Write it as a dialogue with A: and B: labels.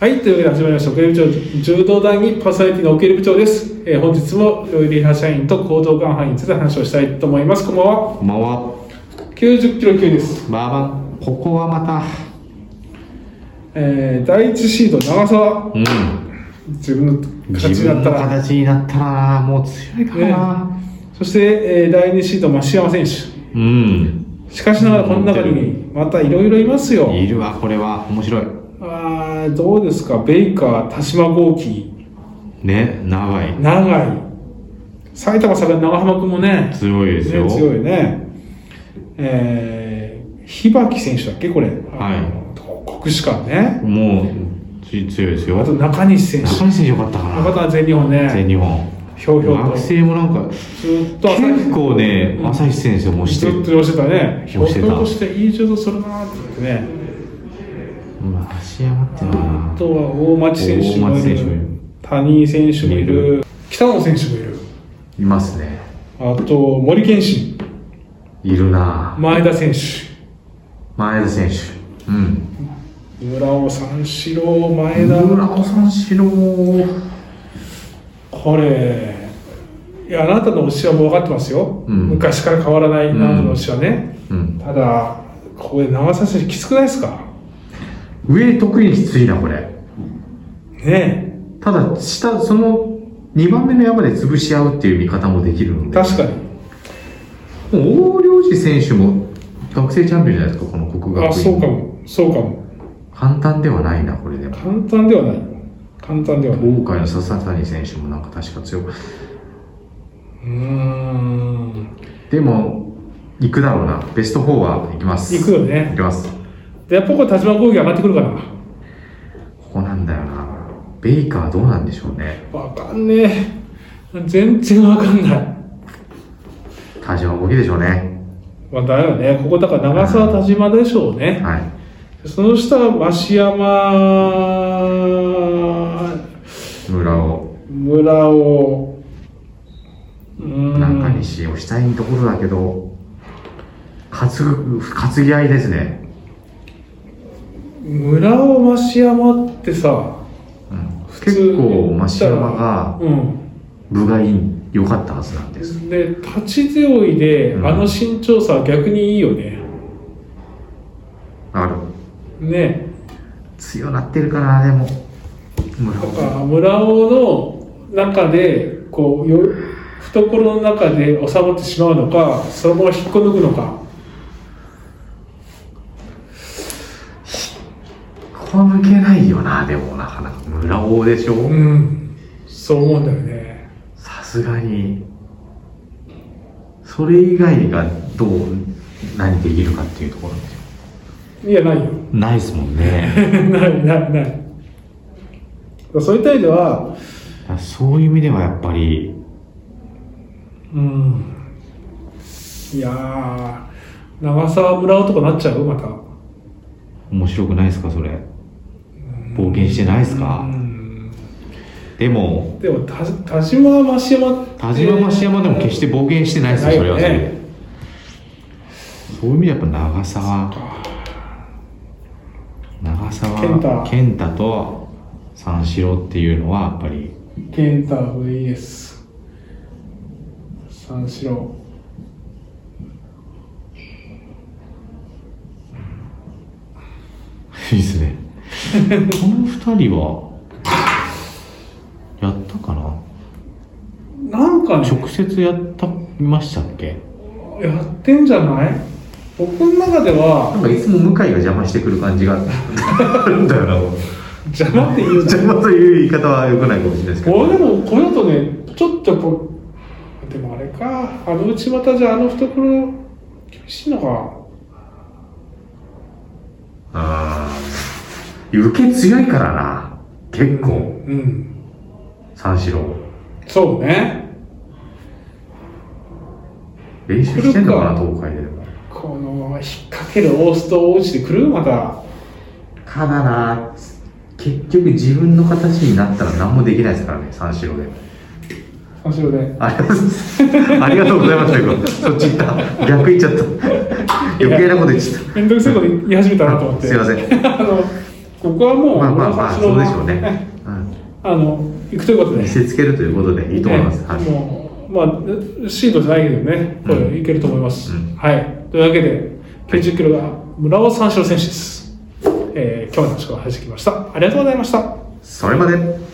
A: はい、というわけで始まりました、奥入部長、柔道団にパーソナリティの奥入部長です。えー本日も、リハ社員と行動緩派について話をしたいと思います。こんばんは。
B: こんばんは。
A: 90キロ級です。
B: バーバン。ここはまた。
A: えー第1シード、長澤。
B: うん。
A: 自分の形
B: 自
A: にな
B: 分
A: った
B: の
A: ら。
B: 形になったな。もう強いからな。
A: そして、えー第2シード、増山選手。
B: うん。
A: しかしながら、この中に、またいろいろいますよ。
B: いるわ、これは。面白い。
A: あーどうですか、ベイカー、田島豪輝、
B: ね、長い。
A: 長井、埼玉栄の長浜君もね、
B: 強い
A: ね
B: ですよ。
A: 強いね。えー、ひばき選手だっけ、これ。い。国士舘ね。
B: もう、つ強いですよ。
A: あと
B: 中
A: 中西選手。
B: 西選手よかったか
A: 中田
B: な。
A: は全日本
B: 全
A: ね。
B: 日本。
A: ひょうひょうと。
B: 学
A: ず
B: 生もなんか、
A: っと朝
B: 結構ね、
A: うん
B: 朝日選手もして
A: ずっと
B: る。
A: 押してたね。
B: 押してた
A: としていい柔道するなーって言ってね。
B: うん、足山って
A: あ
B: な。
A: とは大町選手も
B: 大町
A: い
B: 選手もい
A: る
B: る。
A: 谷井選手もい
B: もい
A: る。北野選手もいる。
B: いますね。
A: あと、森健信、
B: いるな。
A: 前田選手、
B: 前田選手。うん。
A: 村尾三四郎、前田、
B: 村尾三四郎。
A: これ、いや、あなたの推しはもう分かってますよ、
B: うん
A: 昔から変わらないあなたの推しはね、
B: うん。
A: ただ、ここで長澤選手、きつくないですか、
B: 上得意にきついなこれ
A: ね
B: ただ下その2番目の山で潰し合うっていう見方もできるの
A: え、
B: で
A: 確かに、
B: 大領事選手も学生チャンピオンじゃないですかこの国学院
A: あそうかも、そうかも、
B: 簡単ではないなこれでも
A: 簡単ではない、簡単ではない、う
B: 今回の笹谷選手もなんか確か強く
A: ーん、
B: でも行くだろうなベスト4は行きます
A: いくよ
B: 行
A: ね、
B: きますこ
A: でやっぱこう、田島攻撃上がってくるから、
B: こなんだよなベイカーどうなんでしょうね
A: わかんねえ、全然わかんない。
B: 田島動きでしょうね
A: まあ、だよね、ここだから長澤田島でしょうね。
B: はい
A: その下は増山、
B: 村尾
A: 村尾、うーん
B: 中西をしたいところだけど担ぐ担ぎ合いですね
A: 村尾増山ってさ、
B: うん
A: 普
B: 結
A: 通に
B: 構
A: 言った
B: 増
A: ら
B: 山が
A: うん、
B: 部外良かったはずなんです
A: で立ち強いで、
B: うん
A: あの身長差は逆にいいよね。
B: ある
A: ね、
B: 強なってるかなでも村
A: だ
B: 尾
A: から村尾の中でこうよ懐の中で収まってしまうのか、そのまま引っこ抜くのか。
B: ここは抜けないよなでもなかなか村尾でしょ
A: うん、そう思うんだよね。
B: さすがにそれ以外がどう何できるかっていうところなんですよ
A: いや、ないよ。
B: ないですもんね
A: ないないない そういった意味では
B: だから そういう意味ではやっぱり
A: うんいやー長澤村尾とかなっちゃうまた
B: 面白くないですかそれ冒険してないです
A: う
B: か
A: ん
B: でも
A: でも田田島増山って
B: 田島増山でも決して冒険してないですよそれはそれ
A: ないよ
B: で
A: ね
B: そういう意味でやっぱ長澤長
A: 健太
B: 澤健太と三四郎っていうのはやっぱり
A: 健太 VS 三四郎
B: いいで すねこの二人はやったかな
A: なんかね
B: 直接やったましたっけ
A: やってんじゃない僕の中では
B: なんかいつも向井が邪魔してくる感じがあるんだよな
A: 邪魔って言 う
B: 邪魔という言い方は良くないかもしれないですけど
A: これでもこれだとねちょっとこうでもあれかあの内股じゃあの懐厳しいのか
B: ああ受け強いからな結構
A: うん
B: 三四郎
A: そうね
B: 練習してんのかな東海ででも
A: この引っ掛けるオーストオーチで来るまた
B: ただな結局自分の形になったら何もできないですからね三四郎で
A: 後ろで
B: ありがとうございますありがとうご ざいましたよそっち行った逆行っちゃった余計なこと言っちゃっ
A: 面倒くさいこと言い始めたなと思ったて
B: すいません
A: あのここはもう、
B: まあまあまあ、
A: 小
B: そ
A: 川
B: うで
A: さん
B: しょ
A: の
B: うね
A: え。
B: うん
A: あの、行くということで
B: 見。せつけるということでいいと思います。
A: ね
B: はい。
A: もうまあ、シードじゃないけどね、こ
B: うん
A: れいけると思います。
B: うん
A: はい。というわけで、90キロが村尾三四郎選手です。えー今日の話が始まりました。ありがとうございました。
B: それまで。